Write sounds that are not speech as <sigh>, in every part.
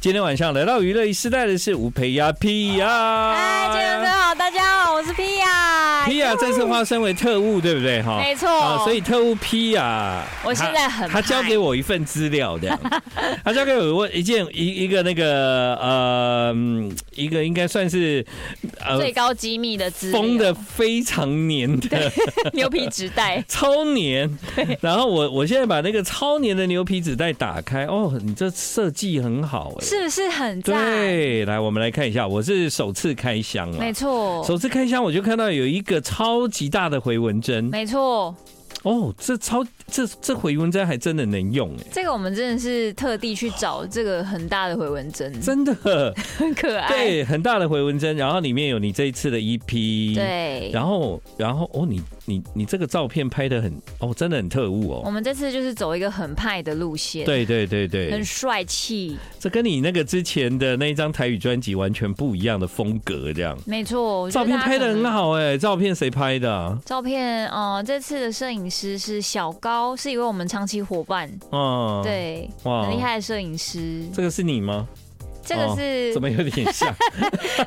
今天晚上来到娱乐一时代的是吴培雅 P 呀嗨，金人哥好，大家好，我是 P 呀。 ，P 呀正式化身为特务，对不对哈？哎没错啊所以特务 P 呀，我现在很他他嗨交给我一份资料， <laughs> 这样，他交给我我一件一一个那个呃嗯一个应该算是呃最高机密的资料封的非常黏的。，牛皮纸袋 <laughs> 超 <laughs> 黏，然后我我现在把那个超黏的牛皮纸袋打开，哦，你这设计很好哎、是不啊是很赞？对，来我们来看一下，我是首次开箱啊没，错，首次开箱我就看到有一个超级大的回纹针，没错，哦，这超这这回纹针还真的能用哎、这个我们真的是特地去找这个很大的回纹针，真 <laughs> 的，很可爱。对，很大的回纹针，然后里面有你这一次的 EP，，对然后然后哦，你你你这个照片拍的很哦，真的很特务我哦，们这次就是走一个很派的路线，，对对对对，很帅气，这跟你那个之前的那一张台语专辑完全不一样的风格，这样。没错。我觉照得片大家拍的可能很。好哎、照片谁拍的、啊？照片，呃，这次的摄影师是小高，是一位我们长期伙伴，嗯，，对，哇很厉害的摄影师。这个是你吗？这个哦是怎么有点 <laughs> 像？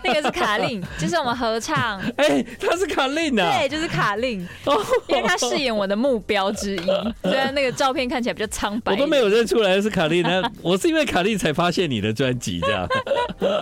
那个是卡 <laughs> 令，就是我们合唱，哎、他是卡令啊！对，就是卡令，哦，因为他饰演我的目标 <laughs> 之一，虽然那个照片看起来比较苍白我一点，都没有认出来是卡令，那我是因为卡令才发现你的专辑这样。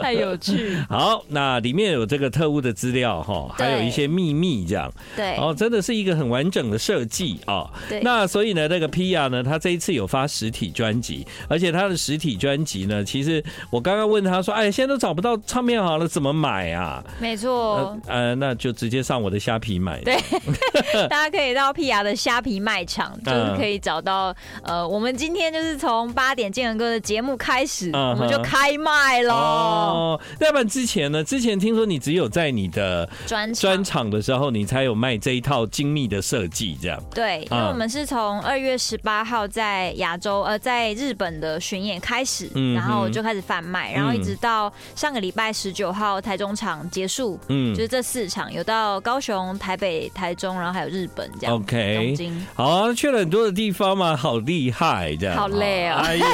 太有 <laughs> 趣，好，那里面有这个特务的资料哈，还有对一些秘密这样。对哦，真的是一个很完整的设计啊。对那所以呢，那个 Pia 呢，她这一次有发实体专辑，而且她的实体专辑呢，其实我刚刚问她说，哎，现在都找不到唱片行了，怎么买啊？没呃错，呃，那就直接上我的虾皮买。哦对嗯大家可以到屁牙的虾皮卖场，就是可以找到，呃，我们今天就是从八点建恒哥的节目开始，嗯哼我们就开卖喽，哦，要不然之前呢？之前听说你只有在你的专专场。场的时候，你才有卖这一套精密的设计，这样。对，因为嗯我们是从二月十八号在亚洲呃在日本的巡演开始，嗯哼然后就开始贩卖，然后嗯一直到上个礼拜十九号台中场结束，嗯就是这四场有到高雄、台北、台中，然后还有日本这样。东，OK。京好、啊，去了很多的地方嘛，好厉害，这样。好累哦哎呦。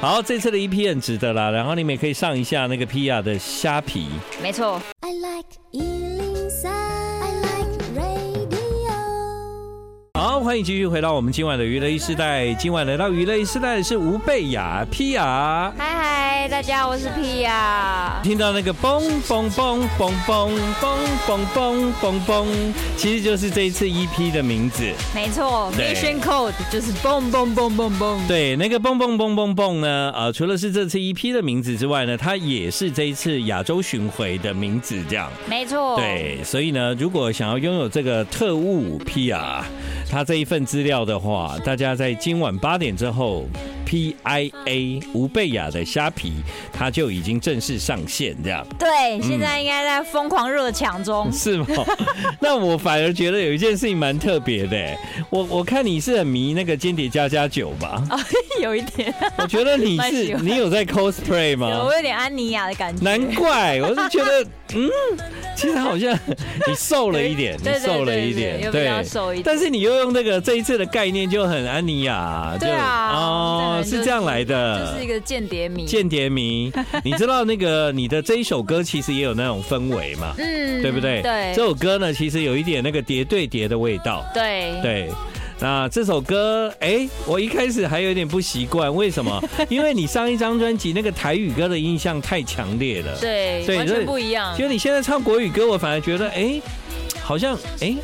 好，这次的 EP 很值得啦，然后你们也可以上一下那个 Pia 的虾皮，没错， I like Ealing Sound. I like radio. 好，欢迎继续回到我们今晚的娱乐一时代。今晚来到娱乐一时代的是吴贝雅 Pia，嗨嗨，大家好，我是 P 呀。听到那个嘣嘣嘣嘣嘣嘣嘣嘣嘣嘣，其实就是这一次 EP 的名字。没错对，Mission Code 就是蹦蹦蹦蹦蹦。对，那个蹦蹦蹦蹦蹦呢，呃，除了是这次 EP 的名字之外呢，它也是这一次亚洲巡回的名字，这样。没错，，对，所以呢，如果想要拥有这个特务 PR，他这一份资料的话，大家在今晚八点之后，PIA 吴贝雅的虾皮，它就已经正式上线， <laughs> 这样嗯对，现在应该在疯狂热抢中。是吗？那我反而觉得有一件事情蛮特别的欸，我我看你是很迷那个间谍加加酒吧， <laughs> 有一点，我觉得你蛮喜是欢你有在 cosplay 吗我？有点安妮亚的感觉。啊难怪，我是觉 <laughs> 得，嗯，其实好像你瘦了一点，你对对对瘦了一对点，又比较瘦一点但是你又用那个这一次的概念就很安妮亚，就对啊哦，这个人就是是这样来就的是一。个间谍迷。间谍迷，你知道那个你的这一首歌其实也有那种氛围嘛， <laughs> 嗯对不对？对这首歌呢，其实有一点那个叠对叠的味道。对对，那这首歌，哎，我一开始还有点不习惯，为什么？因为你上一张专辑那个台语歌的印象太强烈了。对对完所以全不一样其。实你现在唱国语歌，我反而觉得，哎、好像哎，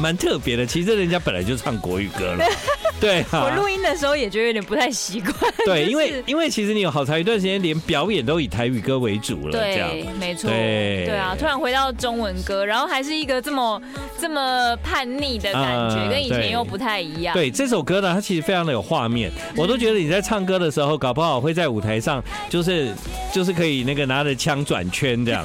蛮、特别的。其实人家本来就唱国语歌 <laughs> 了，对我啊，录音的时候也觉得有点不太习惯。对，因就是为因为其实你有好长一段时间连表演都以台语歌为主了，这样。对，没错，对对啊，突然回到中文歌，然后还是一个这么这么叛逆的感觉，嗯跟以对前又不太一样。对这首歌呢，它其实非常的有画面，嗯我都觉得你在唱歌的时候，搞不好会在舞台上，就是就是可以那个拿着枪转圈 <laughs> 这样，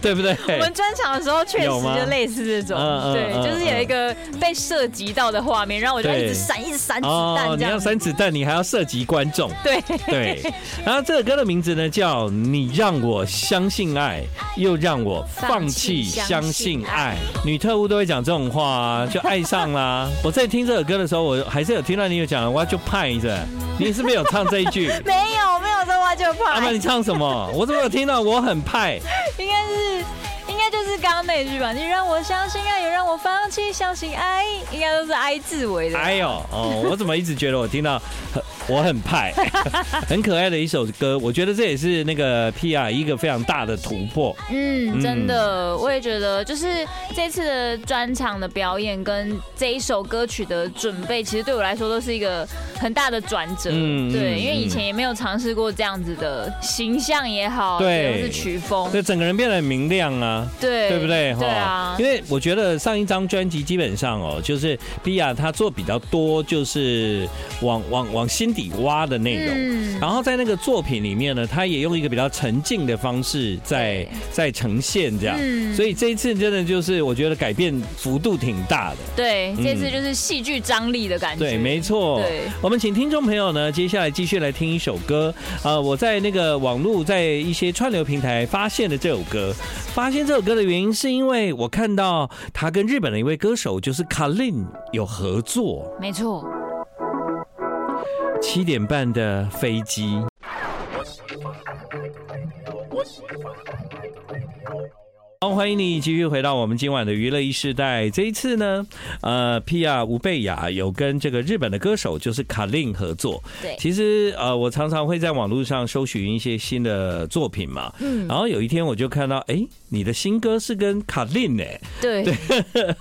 对不对？我们专场的时候确实有吗就类似这种，嗯嗯对，嗯就是有一个被涉及到的画面，然后我就对哦一直闪，一直闪子弹你这要样。闪子弹，你还要涉及观众。对， <laughs> 对，然后这个歌的名字呢叫《你让我相信爱，又让我放弃相信爱》。女特务都会讲这种话啊，就爱上啦、 <laughs> 我在听这首歌的时候，我还是有听到你有讲，我就派着。你是不是有唱这一句？没有没有说我怕就阿怕妈，，你唱什么？我怎么有听到？我很派。应该是。应该就是刚刚那句吧，你让我相信爱，又让我放弃相信爱，应该都是哀字尾的。哎呦，哦，我怎么一直觉得我听到很我很 <laughs> 派，很可爱的一首歌。我觉得这也是那个 P R 一个非常大的突破。嗯，真的，我也觉得，就是这次的专场的表演跟这一首歌曲的准备，其实对我来说都是一个很大的转折。嗯对，嗯因为以前也没有尝试过这样子的形象也好，对或是曲风，这整个人变得很明亮啊，对，对不对？对啊因，为我觉得上一张专辑基本上哦，就是比亚他做比较多，就是往往往心底挖的内容。嗯然后在那个作品里面呢，他也用一个比较沉静的方式在对在呈现这样，嗯所以这一次真的就是我觉得改变幅度挺大的。对，嗯这次就是戏剧张力的感觉。对，没错。对我们请听众朋友呢，接下来继续来听一首歌。呃，我在那个网络，在一些串流平台发现了这首歌。发现这首歌的原因，是因为我看到他跟日本的一位歌手，就是 Kalin 有合作。没错。七点半的飞机。好，欢迎你继续回到我们今晚的娱乐一世代。这一次呢，呃，皮亚吴贝雅有跟这个日本的歌手就是卡令合作。对其实呃，我常常会在网络上搜寻一些新的作品嘛。嗯，然后有一天我就看到，哎、你的新歌是跟卡令哎、对，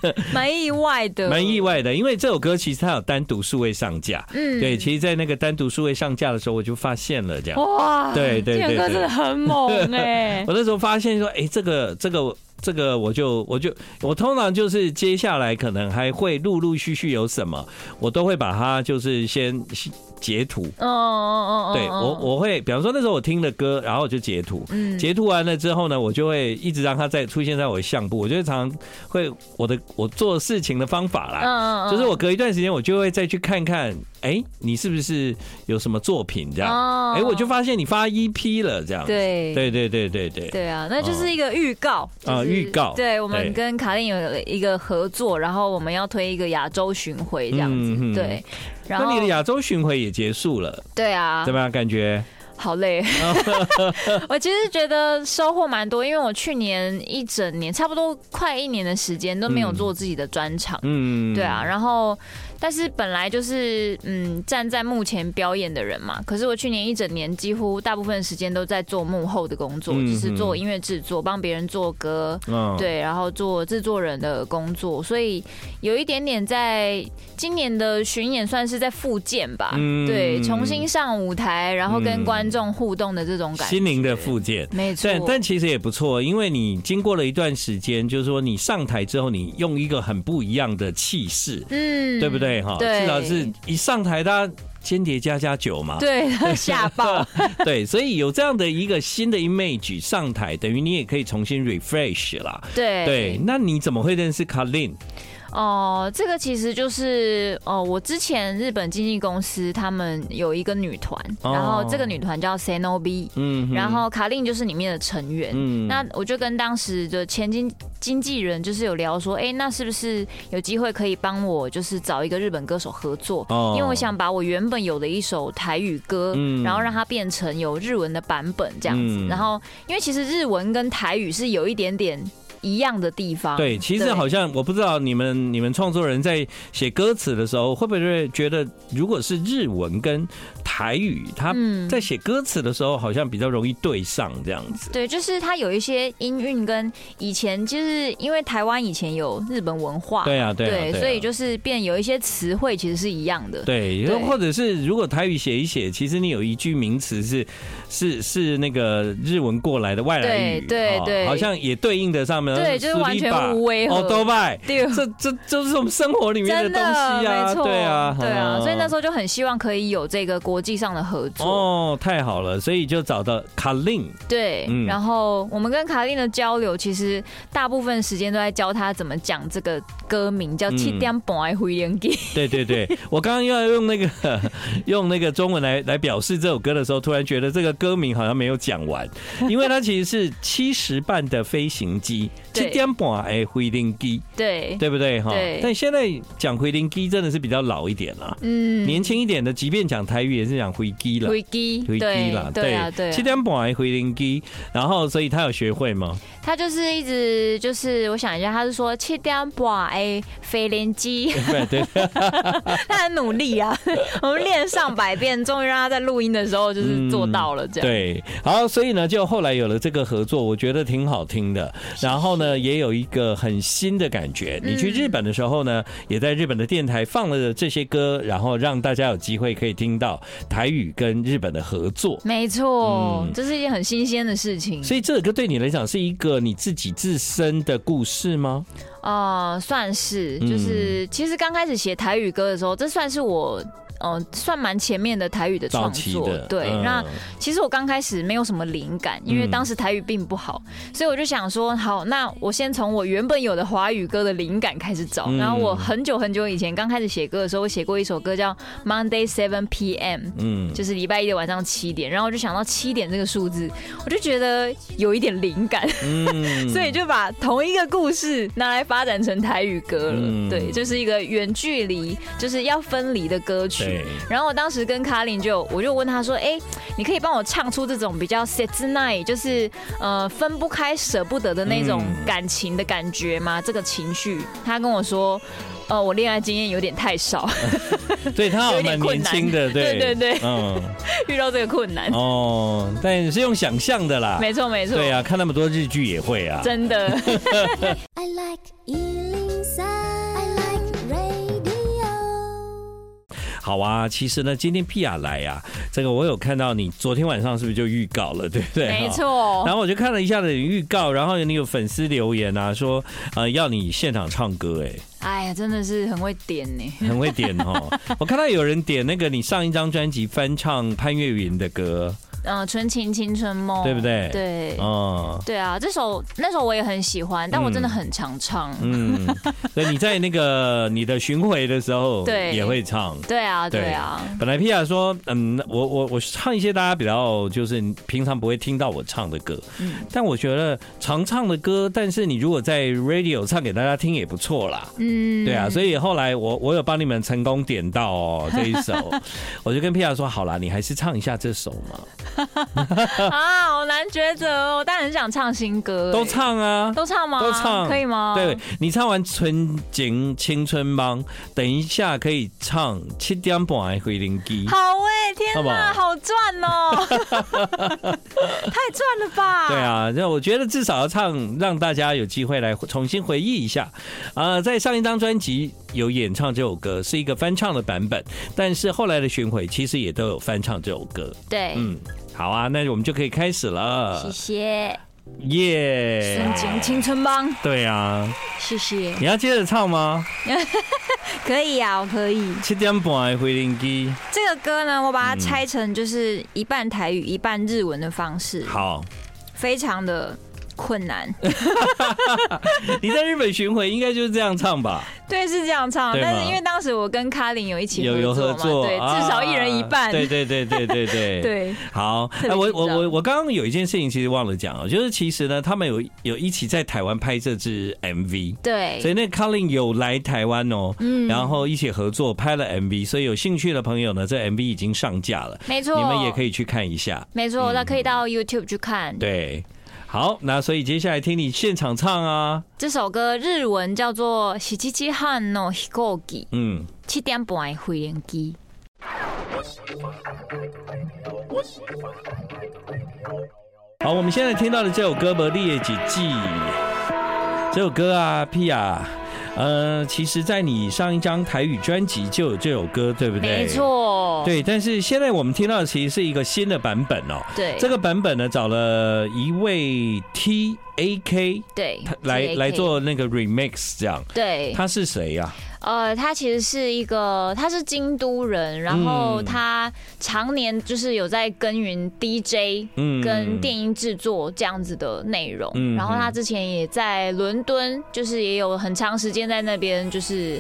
<laughs> 蛮意外的，蛮意。外的，因为这首歌其实它有单独数位上架。嗯对，其实，在那个单独数位上架的时候，我就发现了哦这样。哇，对对对这首歌对真的很猛 <laughs> 哎、我那时候发现说，哎、这个这个这个，我就我就我通常就是接下来可能还会陆陆续续有什么，我都会把它就是先截图。嗯嗯嗯嗯，对我我会，比方说那时候我听的歌，然后我就截图。嗯截图完了之后呢，我就会一直让它再出现在我的相簿。我就会常常会我的我做事情的方法啦，嗯就是我隔一段时间，我就会再去看看，哎、你是不是有什么作品这样？哦哎、我就发现你发 EP 了，这样。对对对对对对。对啊，那就是一个预告啊就是预告对我对们跟卡琳有一个合作，然后我们要推一个亚洲巡回这样子，嗯嗯对。然那后你的亚洲巡回也结束了，对啊怎，么样？感觉？<laughs> 好累。我其实觉得收获蛮多，因为我去年一整年，差不多快一年的时间都没有嗯做自己的专场。嗯，对啊，，然后但是本来就是嗯站在幕前表演的人嘛，可是我去年一整年几乎大部分时间都在做幕后的工作，嗯就是做嗯音乐制作，帮别人做歌，嗯，对，然后做制作人的工作，所以有一点点在今年的巡演算是在复健吧，嗯对，重新上舞台，然后嗯跟观众互动的这种感觉，心灵的附件。没错但，但其实也不错，因为你经过了一段时间，就是说你上台之后，你用一个很不一样的气势，嗯对不？对哈？对至少是一上台，大家间谍加加酒嘛，对，吓爆， <laughs> 对，所以有这样的一个新的 image 上台，等于你也可以重新 refresh 啦。对对，那你怎么会认识 Kalin？哦、这个其实就是哦、我之前日本经纪公司他们有一个女团，哦然后这个女团叫 s e n o b 嗯哼然后卡令就是里面的成员。嗯那我就跟当时的前经经纪人就是有聊说，哎、那是不是有机会可以帮我，就是找一个日本歌手合作？哦因为我想把我原本有的一首台语歌，嗯然后让它变成有日文的版本这样子。嗯然后，因为其实日文跟台语是有一点点一样的地方，对，其实对好像我不知道你们你们创作人在写歌词的时候，会不会觉得，如果是日文跟台语，他嗯在写歌词的时候好像比较容易对上这样子。对，就是它有一些音韵跟以前，就是因为台湾以前有日本文化，对啊，对啊，对啊所以就是变有一些词汇其实是一样的。对，对或者是如果台语写一写，其实你有一句名词是是是那个日文过来的外来语，对对哦对好像也对应得上面。对就是完全无违和哦，都拜，对这这就是我们生活里面的真东西没啊，错，对啊，对啊，所以那时候。候就很希望可以有这个国际上的合作，哦，太好了，所以就找到卡令，对。嗯然后我们跟卡琳的交流，其实大部分时间都在教他怎么讲这个歌名，叫嗯《七点半爱回连记》。对对对，我刚刚要用那个 <laughs> 用那个中文来来表示这首歌的时候，突然觉得这个歌名好像没有讲完，因为它其实是七十半的飞行机，七 <laughs> 对点半哎回零机， <laughs> 对，对不对哈对？但现在讲回零机真的是比较老一点了、嗯年轻一点的，即便讲台语也是是讲回机啦。回机，回机啦，对啊，对啊七点半回零机，然后所以他有学会吗？ <laughs> 他就是一直就是，我想一下，他是说七点半哎，飞连机， <laughs> 对对，他很努力啊， <laughs> 我们练上百遍，终于让他在录音的时候就是嗯做到了这样。对，好，所以呢，就后来有了这个合作，我觉得挺好听的。然后呢，也有一个很新的感觉。你嗯去日本的时候呢，也在日本的电台放了这些歌，然后让大家有机会可以听到台语跟日本的合作。没错嗯，这是一件很新鲜的事情所以这首歌对你来讲是一个你自己自身的故事吗？哦、算是嗯就是，其实刚开始写台语歌的时候，这算是我。嗯，算蛮前面的台语的早创期作的，，对。嗯那其实我刚开始没有什么灵感，因为嗯当时台语并不好，所以我就想说，好，那我先从我原本有的华语歌的灵感开始找。嗯然后我很久很久以前刚开始写歌的时候，我写过一首歌叫《Monday Seven P.M.》，嗯，就是礼拜一的晚上七点。然后我就想到七点这个数字，我就觉得有一点灵感，嗯 <laughs> 所以就把同一个故事拿来发展成台语歌了。嗯对，就是一个远距离，就是要分离的歌曲对。，然后我当时跟卡琳就，我就问他说：“哎、你可以帮我唱出这种比较 set night，就是呃分不开、舍不得的那种嗯感情的感觉吗？这个情绪？”他跟我说：“呃，我恋爱经验有点太少， <laughs> 所以他好像蛮年轻的，对对对对，嗯，遇到这个困难。哦，但是用想象的啦，没错没错，对啊，看那么多日剧也会啊，真的。 I like Ealing Sound. I like radio. 好啊，其实呢，今天皮亚来啊，这个我有看到你昨天晚上是不是就预告了，对不对？没哈。错然，后我就看了一下你的预告，然后你有粉丝留言啊，说呃要你现场唱歌， <laughs> 哎，哎呀，真的是很会点呢。很会点哦。我看到有人点那个你上一张专辑翻唱潘越云的歌，嗯、纯情青春梦，对不对对，哦，对啊，这首那首我也很喜欢，但我真的很常唱。嗯，所以你在那个你的巡回的时候，对也会唱。对啊，对啊，本来皮亚说，嗯，我我我唱一些大家比较就是平常不会听到我唱的歌，嗯但我觉得常唱的歌，但是你如果在 radio 唱给大家听也不错啦。嗯，对啊，所以后来我我有帮你们成功点到哦这一首， <laughs> 我就跟皮亚说，好啦，你还是唱一下这首嘛，啊，好难抉择哦，但很想唱新歌、哎都唱啊，都啊唱吗？都唱可以吗？对，你唱完《纯情青春梦》，等一下可以唱《七点半的回零机》。好哎、天哪，好不好赚哦， <laughs> 太赚了吧？对，啊，那我觉得至少要唱，让大家有机会来重新回忆一下。啊，在上一张专辑有演唱这首歌，是一个翻唱的版本，但是后来的巡回其实也都有翻唱这首歌。对，嗯，好啊，那我们就可以开始谢了，谢，耶、纯情青春帮，对啊，谢谢，你要接着唱吗？可以啊，我可以。七点半的回零机，这个歌呢，我把嗯它拆成就是一半台语、一半日文的方式，好，非常的困难。你在日本巡回应该就是这样唱 <laughs> 吧？对，是这样唱，对吗但是因为当时我跟卡琳有一起有有合合作作，嘛，对，啊至少一人一半，对对对对对对。 <laughs> 对好，别哎，我紧我张我我刚刚有一件事情其实忘了讲哦，就是其实呢，他们有有一起在台湾拍这支 MV，所对，以那 Colin 有来台湾哦，嗯然后一起合作拍了 MV，所以有兴趣的朋友呢，这 MV 已经上架了，没错，你们也可以去看一下。没错，那可以到 YouTube 去看。对，好，那所以接下来听你现场唱啊，这首歌日文叫做《喜七七汉诺飛行機》，嗯，七点半的飞行机。好，我们现在听到的这首歌《伯利耶姐记》，这首歌啊，皮亚。呃，其实，在你上一张台语专辑就有这首歌，对不对？没错，对，但是现在我们听到的其实是一个新的版本哦。对这个版本呢，找了一位 T A K 对，来 TAK 来。做那个 remix，这样。对，他是谁啊呀、呃，他其实是一个，他是京都人，然后嗯他常年就是有在耕耘 DJ 嗯跟电音制作这样子的内容。嗯然后嗯他之前也在伦敦，就是也有很长时间在那边，就是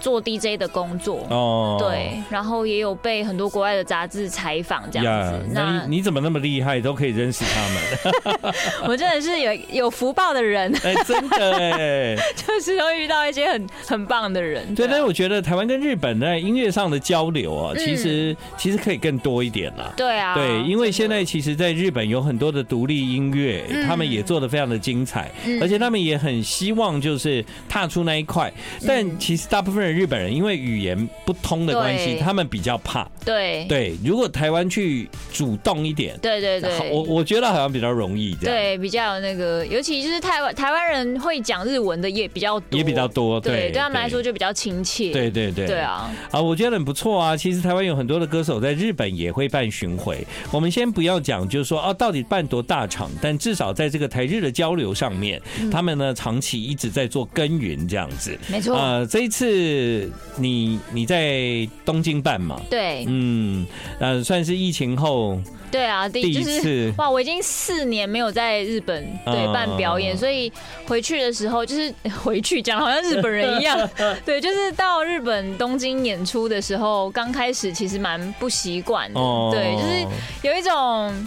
做 DJ 的工作。哦，对，然后也有被很多国外的杂志采访这样子。那那你你怎么那么厉害，都可以认识他们？ <laughs> 我真的是有有福报的人， <laughs> 哎、真的哎、就是都遇到一些很很棒的人。对，啊但是我觉得台湾跟日本在音乐上的交流啊，嗯其实其实可以更多一点啦。对啊，对，因为真现的在其实，在日本有很多的独立音乐，嗯他们也做的非常的精彩，嗯而且他们也很希望就是踏出那一块。嗯但其实大部分的日本人因为语言不通的关系，对他们比较怕。对对，如果台湾去主动一点，对对好对，我我觉得好像比较容易这样，对比较有那个，尤其就是台湾台湾人会讲日文的也比较多，也比较多。对，对，对他们来说。就比较亲切。对对对，对啊，啊，我觉得很不错啊。其实台湾有很多的歌手在日本也会办巡回。我们先不要讲，就是说哦，到底办多大场，但至少在这个台日的交流上面，嗯他们呢长期一直在做耕耘这样子。没错，呃，这一次你你在东京办嘛？对嗯，呃，算是疫情后对啊，第第就一是。次。哇，我已经四年没有在日本对嗯办表演，所以回去的时候就是回去讲，好像日本人 <laughs> 一样。对，就是到日本东京演出的时候，刚开始其实蛮不习惯的，对，就是有一种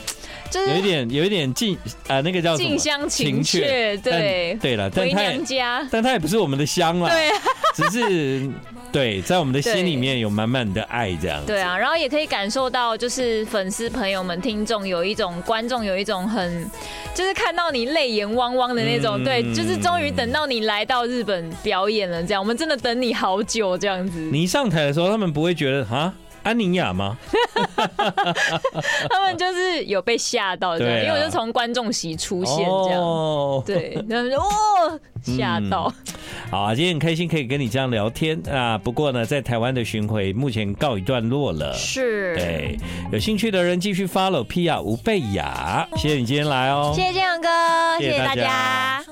就哦有一是点有一点近啊、那个叫什么近？乡情情怯怯，但对，对了，但回他也娘家，但他也不是我们的乡啦，对啊只是对在我们的心里面有满满的爱这样子。对啊，然后也可以感受到，就是粉丝朋友们、听众有一种观众有一种很，就是看到你泪眼汪汪的那种，嗯对，就是终于等到你来到日本表演了，这样我们真的等你好久这样 <laughs> 子，你一上台的时候，他们不会觉得啊，安妮亚吗？他们就是有被吓到这样，啊对啊因为我就从观众席出现这样。哦，对，他们就哦吓到，好啊，今天很开心可以跟你这样聊天啊。不过呢，在台湾的巡回目前告一段落了。是，对，有兴趣的人继续 follow Pia 吴贝雅，谢谢你今天来哦，谢谢建阳哥，谢谢谢谢大大家家。